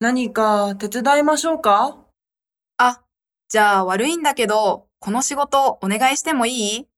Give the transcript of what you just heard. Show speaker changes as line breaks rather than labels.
何か手伝いましょうか
あ、じゃあ悪いんだけど、この仕事お願いしてもいい